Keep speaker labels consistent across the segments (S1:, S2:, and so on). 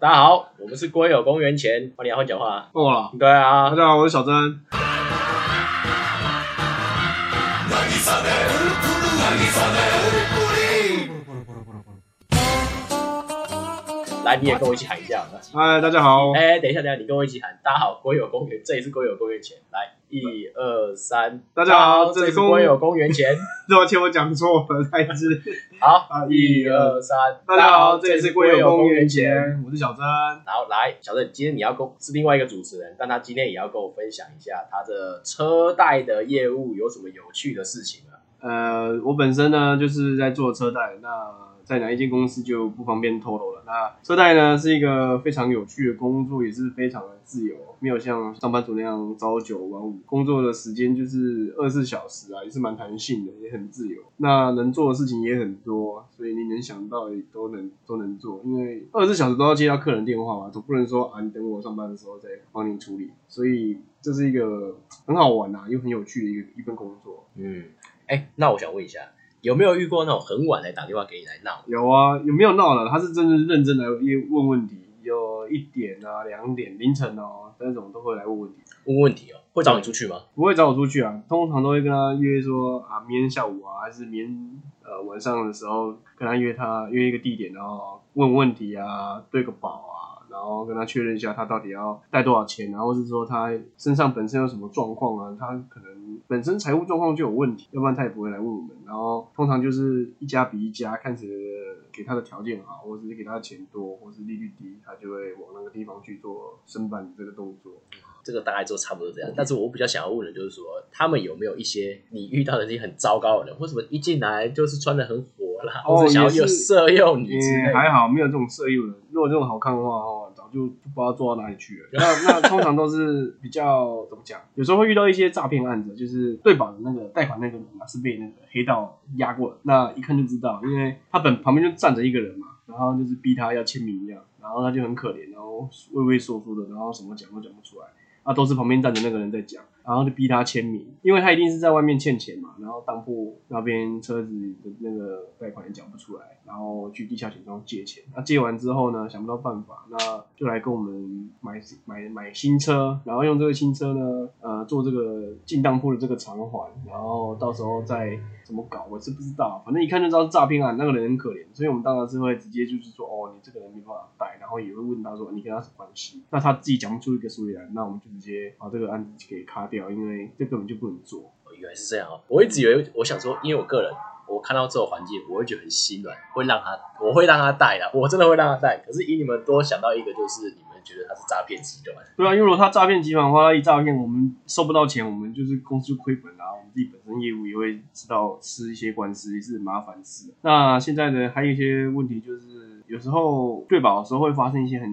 S1: 大家好，我们是龟友公园前，换你来换讲话。
S2: 够了。
S1: 对
S2: 大
S1: 啊，
S2: 家好，我是小珍。
S1: 来你也跟我一起喊一下。
S2: 嗨，大家好。
S1: 哎、等一下，等一下，你跟我一起喊。大家好，龟友公园，这里是龟友公园前。来，一二三，
S2: 大家好
S1: 这里
S2: 这里
S1: 是
S2: 是公
S1: 龟友公园前。
S2: 抱歉，我讲错了，再一次。
S1: 好，
S2: 啊
S1: 一二三，
S2: 大家好，这里是龟友公园
S1: 前。
S2: 前，我是小珍。
S1: 然后来，小郑，今天你要跟我是另外一个主持人，但他今天也要跟我分享一下他的车贷的业务有什么有趣的事情啊？
S2: 呃，我本身呢就是在做车贷，那在哪一间公司就不方便透露了。那车贷呢是一个非常有趣的工作，也是非常的自由，没有像上班族那样朝九晚五，工作的时间就是二十四小时啊，也是蛮弹性的，也很自由。那能做的事情也很多，所以你能想到的都能都能做，因为二十四小时都要接到客人电话嘛，总不能说啊你等我上班的时候再帮你处理，所以这是一个很好玩啊又很有趣的一个一份工作。
S1: 嗯，哎，那我想问一下，有没有遇过那种很晚才打电话给你来闹？
S2: 有啊，有没有闹了？他是真的是认真来问问题，有一点啊、两点、凌晨哦、那种都会来问问题，
S1: 问问题哦，会找你出去吗？
S2: 不会找我出去啊。通常都会跟他约说啊，明天下午啊，还是明天呃晚上的时候跟他约他约一个地点，然后问问题啊，对个保啊，然后跟他确认一下他到底要带多少钱，然后是说他身上本身有什么状况啊，他可能本身财务状况就有问题，要不然他也不会来问我们。啊然后通常就是一家比一家，看谁的给他的条件好，或者是给他的钱多，或是利率低，他就会往那个地方去做申办这个动作。
S1: 这个大概就差不多这样。但是我比较想要问的就是说，他们有没有一些你遇到的这些很糟糕的人？为什么一进来就是穿的很火辣，
S2: 哦
S1: 或者想要
S2: 也是
S1: 有色诱你之类
S2: 也
S1: 的？
S2: 哎还好，没有这种色诱人。如果这种好看的话，哦，早就不知道做到哪里去 了。那那通常都是比较怎么讲？有时候会遇到一些诈骗案子，就是对保的那个贷款那个人啊，是被那个黑道压过的，那一看就知道，因为他本旁边就站着一个人嘛，然后就是逼他要签名一样，然后他就很可怜，然后畏畏缩缩的，然后什么讲都讲不出来。啊，都是旁边站着那个人在讲，然后就逼他签名，因为他一定是在外面欠钱嘛，然后当铺那边车子的那个贷款也缴不出来，然后去地下钱庄借钱，那、借完之后呢，想不到办法，那就来跟我们买买买新车，然后用这个新车呢，呃，做这个进当铺的这个偿还，然后到时候再怎么搞，我是不知道，反正一看就知道是诈骗案，那个人很可怜，所以我们当然是会直接就是说，哦，你这个人没办法贷，然后也会问他说你跟他什么关系，那他自己讲不出一个所以然，那我们就直接把这个案子给卡掉，因为这根本就不能做。
S1: 哦原来是这样哦，我一直以为，我想说，因为我个人。我看到这种环境，我会觉得很心软，会让他，我会让他带的，我真的会让他带。可是以你们多想到一个，就是你们觉得他是诈骗集团，
S2: 对啊，因为如果他诈骗集团的话，他一诈骗我们收不到钱，我们就是公司就亏本啦、啊我们自己本身业务也会知道吃一些官司也是麻烦事。那现在呢，还有一些问题就是，有时候对保的时候会发生一些很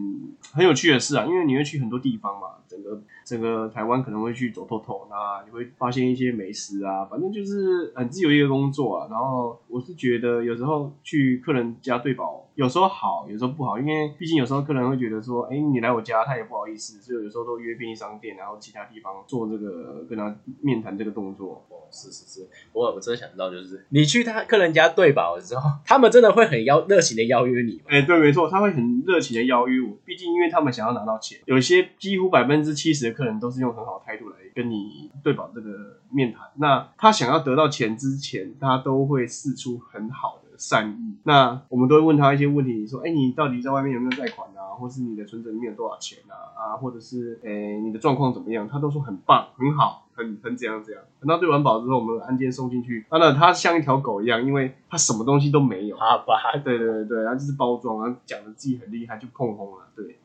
S2: 很有趣的事啊，因为你会去很多地方嘛，整个整个台湾可能会去走透透，那你会发现一些美食啊，反正就是很自由一个工作啊。然后我是觉得有时候去客人家对保，有时候好，有时候不好，因为毕竟有时候客人会觉得说，哎，你来我家，他也不好意思，所以有时候都约便利商店，然后其他地方做这个跟他面谈这个动作。
S1: 哦，是是是，我我真的想到就是，你去他客人家对保的时候，他们真的会很邀热情的邀约你吗？
S2: 哎，对，没错，他会很热情的邀约我，毕竟因为他们想要拿到钱，有些几乎百分之七十的客人都是用很好的态度来跟你对保这个面谈。那他想要得到钱之前，他都会试出很好的善意。那我们都会问他一些问题，说，哎，你到底在外面有没有贷款啊？或是你的存折里面有多少钱啊？啊，或者是，哎，你的状况怎么样？他都说很棒，很好。很很怎样怎样，等到对完保之后，我们把案件送进去，当然他像一条狗一样，因为他什么东西都没有，
S1: 好吧，
S2: 对对对对，然后就是包装，然后讲的自己很厉害，就碰轰了。对，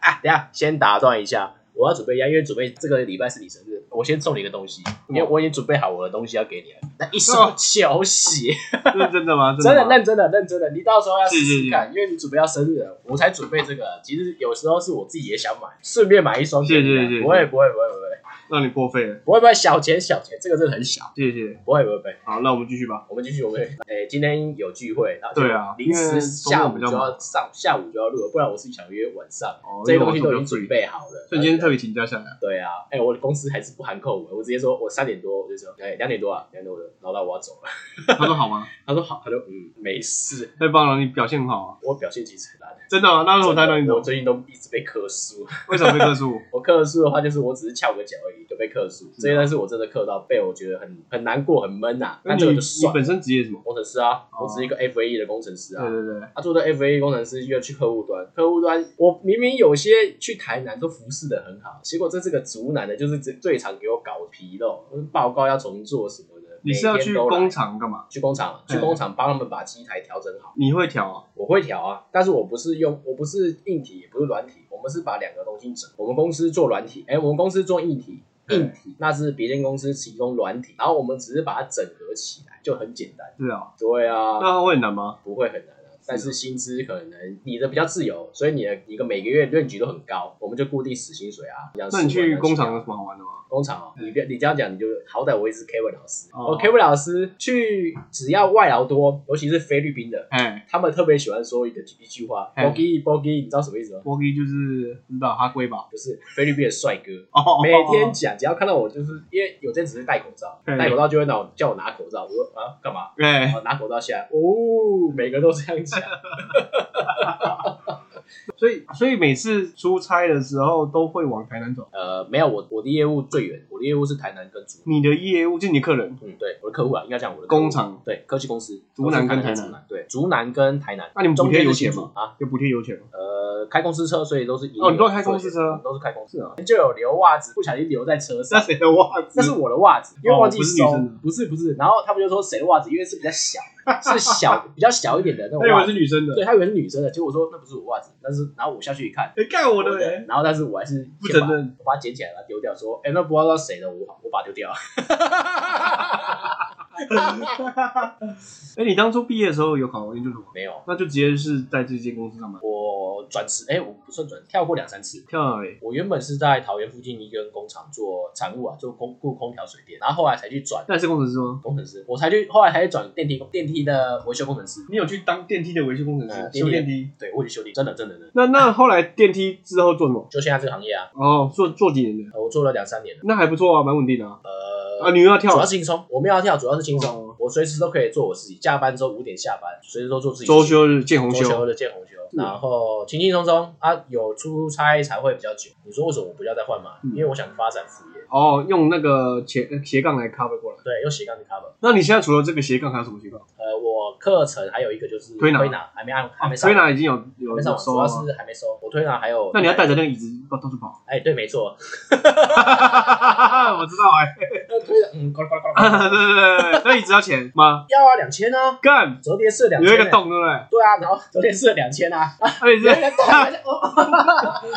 S1: 啊，等一下先打断一下，我要准备一下，因为准备这个礼拜是你生日，我先送你一个东西，因
S2: 嗯
S1: 为我已经准备好我的东西要给你了，那一双球鞋，
S2: 这是哦 真 的吗？
S1: 真的
S2: 的吗
S1: 认真的认真的，你到时候要试
S2: 是是
S1: 试
S2: 是
S1: 看，因为你准备要生日了，我才准备这个，其实有时候是我自己也想买，顺便买一双给你啊，
S2: 是是是
S1: 不会不会不会不会
S2: 让你破费了，
S1: 不会不会小钱小钱，这个真的很小，
S2: 谢谢。
S1: 不会不会不会。
S2: 好，那我们继续吧。
S1: 我们继续，我们诶、今天有聚会，然后就
S2: 对啊
S1: 临
S2: 因
S1: 时
S2: 为
S1: 下午
S2: 周末比
S1: 就
S2: 较忙
S1: 要上，下午就要录了，不然我是想约晚上，
S2: 哦
S1: 这些东西都已
S2: 因为晚上比较
S1: 经准备好了。哎
S2: 所以今天特别请假下来。
S1: 对啊，哎、我的公司还是不含扣我，我直接说我三点多，我就说哎两点多啊，两点多我就老大我要走了。
S2: 他说好吗？
S1: 他说好，他就嗯没事。
S2: 太棒了，你表现很好啊！
S1: 我表现其实很烂，
S2: 真的啊，那如果他让你
S1: 我
S2: 走，
S1: 最近都一直被克数。
S2: 为什么会 克数？
S1: 我克数的话，就是我只是翘个脚而已就被克数，
S2: 嗯
S1: 这一段是我真的克到被我觉得很很难过、很闷呐、
S2: 那
S1: 但
S2: 你
S1: 这个
S2: 你
S1: 就算了。
S2: 本身职业是什么？
S1: 工程师啊，
S2: 哦
S1: 我只是一个 FAE 的工程师啊
S2: 对。对对，
S1: 他做的 FA 工程师又去客户端，客户端我明明有些去台南都服侍的很好，结果这是个竹南的，就是最最常给我搞纰漏，报告要重做什么的。
S2: 你是要
S1: 每天
S2: 去
S1: 都来
S2: 工厂嗯干嘛？
S1: 去工厂，啊去工厂帮他们把机台调整好。
S2: 你会调啊？
S1: 我会调啊，但是我不是用，我不是硬体，也不是软体，我们是把两个东西整。我们公司做软体，哎，我们公司做硬体，
S2: 对
S1: 硬体那是别间公司提供软体，然后我们只是把它整合起来，就很简单。
S2: 是啊，
S1: 对啊，
S2: 那会很难吗？
S1: 不会很难啊，但是薪资可能你的比较自由，所以你的你的每个月论局都很高，我们就固定死薪水啊。这样
S2: 那你
S1: 四万
S2: 去
S1: 啊
S2: 工
S1: 七
S2: 厂
S1: 万啊
S2: 有什么好玩的吗？
S1: 工厂哦，你不要你这样讲，你就好歹我也是 Kevin 老师，
S2: 哦
S1: 我 Kevin 老师去只要外劳多，尤其是菲律宾的，
S2: 哎，
S1: 他们特别喜欢说一个一句话
S2: 嗯
S1: ，bogi bogi，你知道什么意思吗？
S2: 波基就是知道哈龟吧？
S1: 不是菲律宾的帅哥。
S2: 哦，
S1: 每天讲，只要看到我，就是因为有阵只是戴口罩，
S2: 嗯
S1: 戴口罩就会拿我叫我拿口罩，我说啊干嘛？
S2: 哎，
S1: 啊拿口罩下来，哦，每个都这样讲，
S2: 所以所以每次出差的时候都会往台南走。
S1: 呃，没有，我我的业务最远，我的业务是台南跟竹南。
S2: 你的业务就你的客人，
S1: 嗯，对，我的客户啊，应该讲我的客户
S2: 工厂
S1: 对科技公司，
S2: 竹南跟
S1: 都是
S2: 台南
S1: 竹对，竹南跟台南。
S2: 那你们补
S1: 中
S2: 贴
S1: 间
S2: 油
S1: 是新
S2: 钱
S1: 竹
S2: 吗？
S1: 啊？
S2: 有补贴油钱吗？
S1: 呃，开公司车，所以都是一
S2: 哦你都
S1: 路
S2: 开公司车
S1: 坐的我们都是开公司
S2: 是啊，
S1: 就有留袜子，不小心留在车
S2: 那
S1: 上。
S2: 谁的袜子？
S1: 那是我的袜子，因为忘记
S2: 哦不是
S1: 收
S2: 女生的，
S1: 不是不是，然后他们就说谁的袜子，因为是比较小，是小比较小一点的那
S2: 我
S1: 种
S2: 以
S1: 袜
S2: 为
S1: 子
S2: 是，女生的。
S1: 对他以为是女生的，结果我说那不是我袜子，但是然后我下去一看，
S2: 你 看我的
S1: 我的
S2: 欸，
S1: 然后但是我还是
S2: 不
S1: 先
S2: 承认
S1: 把我把它捡起来，把它丢掉，说，哎、那不知道谁的，我我把它丢掉。
S2: 哎，你当初毕业的时候有考研究所吗？
S1: 没有，
S2: 那就直接是在这间公司上班，
S1: 我转职，哎、我不算转，跳过两三次。
S2: 跳哪里？
S1: 我原本是在桃园附近一个工厂做产物啊，做空雇空调水电，然后后来才去转
S2: 那你是工程师吗？
S1: 工程师，我才去后来才去转电梯电梯的维修工程师。
S2: 你有去当电梯的维修工程
S1: 呃
S2: 师，修电梯。
S1: 对，我去修理，真的真的真的，
S2: 啊那那后来电梯之后做什么？
S1: 就现在这个行业啊，
S2: 哦，做做几年的？
S1: 呃我做了两三年了。
S2: 那还不错啊，蛮稳定的啊。
S1: 呃，
S2: 啊，你又要跳
S1: 主
S2: 了
S1: 要是轻松，我们要跳，主要是轻松
S2: 哦，
S1: 我随时都可以做我自己，下班之后五点下班，随时都做自己的事
S2: 周
S1: 情。
S2: 休日见红嗯
S1: 红
S2: 休
S1: 球，的见红球，然后轻轻松松啊，有出差才会比较久。你说为什么我不要再换嘛？
S2: 嗯
S1: 因为我想发展副业，
S2: 哦，用那个斜呃斜杠来 cover 过来。
S1: 对，用斜杠去 cover。
S2: 那你现在除了这个斜杠还有什么斜杠？
S1: 呃，我课程还有一个就是
S2: 推拿哦
S1: 推拿还没按，还没上
S2: 推
S1: 完，
S2: 拿已经有
S1: 还
S2: 有
S1: 没上完，
S2: 收
S1: 主要
S2: 了吗。
S1: 是还没收。我推拿还有，
S2: 那你要带着那个椅子到到处跑。
S1: 哎，对，没错，
S2: 我知道哎、
S1: 推拿，嗯，呱啦呱啦呱啦呱啦，
S2: 对对对对，那椅子要钱吗？
S1: 要啊，两千啊，
S2: 干，
S1: 折叠式两千，欸
S2: 有一个，洞对不对？
S1: 对啊，然后折叠式两千 啊，啊，
S2: 那你
S1: 有一
S2: 这，
S1: 个洞，哦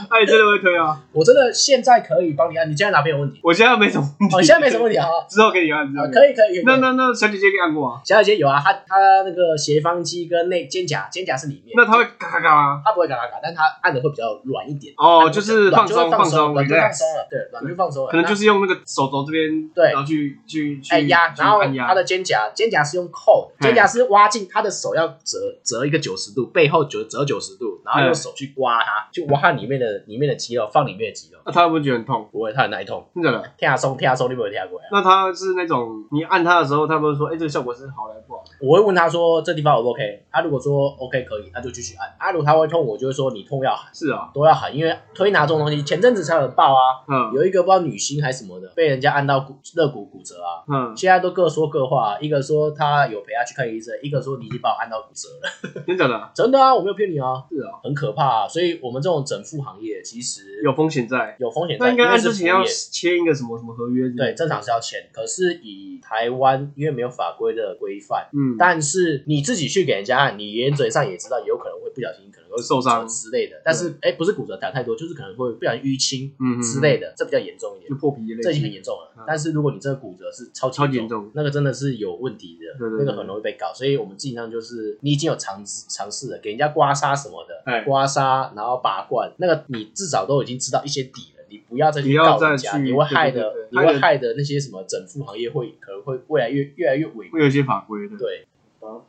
S2: 那你真的会推啊？
S1: 我真的现在可以帮你按，你现在哪边有问题？
S2: 我现在没什么问题，
S1: 哦，现在没什么问题啊，哦
S2: 之后给你按，之后给你按
S1: 可以可以，可以
S2: 那那那小姐姐给你按过啊？
S1: 小姐姐有啊，她她那个斜方肌跟内肩胛，肩胛是里面，
S2: 那她会嘎嘎嘎吗？
S1: 它不会嘎嘎嘎，但它按的会比较软一点。
S2: 哦，就是
S1: 软
S2: 放
S1: 就会
S2: 松
S1: 放
S2: 松，
S1: 软就放
S2: relax
S1: 松了，对，软就放松了。
S2: 可能就是是用那个手肘这边，
S1: 对
S2: 然后去去去
S1: 哎压，
S2: 去
S1: 然后
S2: 按压
S1: 它的肩胛，肩胛是用扣的，
S2: 嗯
S1: 肩胛是挖进它的手要折折一个九十度，背后折折九十度，然后用手去刮它，去挖它里面的里面的肌肉，放里面的肌肉。
S2: 那她会不会觉得很痛？
S1: 不会，它很耐痛，
S2: 真的假的？
S1: 跳松跳松，你有没有跳过呀？
S2: 那她是那种你按她的时候，她不会说，哎，这个效果是好还是不好？
S1: 我会问他说这地方 O 不 OK？他如果说 OK 可以，他就继续按。啊，如果他会痛，我就会说你痛要喊，
S2: 是啊，
S1: 都要喊，因为推拿这种东西，前阵子才有爆啊，
S2: 嗯
S1: 有一个不知道女星还是什么的，被人家按到骨肋骨骨折啊，
S2: 嗯，
S1: 现在都各说各话，一个说他有陪他去看医生，一个说你已经把我按到骨折了。
S2: 真的假的？
S1: 真的啊，我没有骗你啊，
S2: 是啊，
S1: 很可怕、啊。所以我们这种整副行业其实
S2: 有风险在。
S1: 有风险在，
S2: 那应该
S1: 因为
S2: 按
S1: 是
S2: 之前要
S1: 服务业
S2: 签一个什么什么合约？
S1: 对，，正常是要签，可是以台湾因为没有法规的规范。
S2: 嗯，
S1: 但是你自己去给人家按，你原则上也知道有可能会不小心可能会骨折
S2: 受伤
S1: 之类的。但是哎，不是骨折打太多，就是可能会不小心淤青
S2: 嗯
S1: 之类的，这比较严重一点
S2: 就。破皮类，
S1: 这已经很严重了
S2: 嗯。
S1: 但是如果你这个骨折是超级
S2: 超级严重
S1: 那个真的是有问题的，
S2: 对对对
S1: 那个很容易被告。所以我们尽量就是你已经有尝试尝试了，给人家刮痧什么的
S2: 哎，
S1: 刮痧然后拔罐，那个你至少都已经知道一些底了。你不要再
S2: 不
S1: 去
S2: 要
S1: 告人
S2: 再
S1: 家，
S2: 去
S1: 你会害的，
S2: 对对对
S1: 你
S2: 害
S1: 会
S2: 的
S1: 害的那些什么整副行业会可能会未来越越来越萎
S2: 会有一些法规的。
S1: 对，啊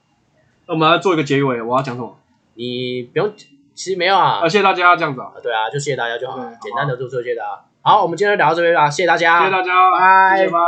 S2: 那我们要做一个结尾，我要讲什么？
S1: 你不用其实没有啊
S2: 啊，，谢谢大家，这样子啊，
S1: 对啊，就谢谢大家就好了
S2: 对，
S1: 啊简单的就说谢谢大家。好，我们今天就聊到这边吧，谢谢大家，
S2: 谢谢大家，
S1: 拜
S2: 谢谢拜。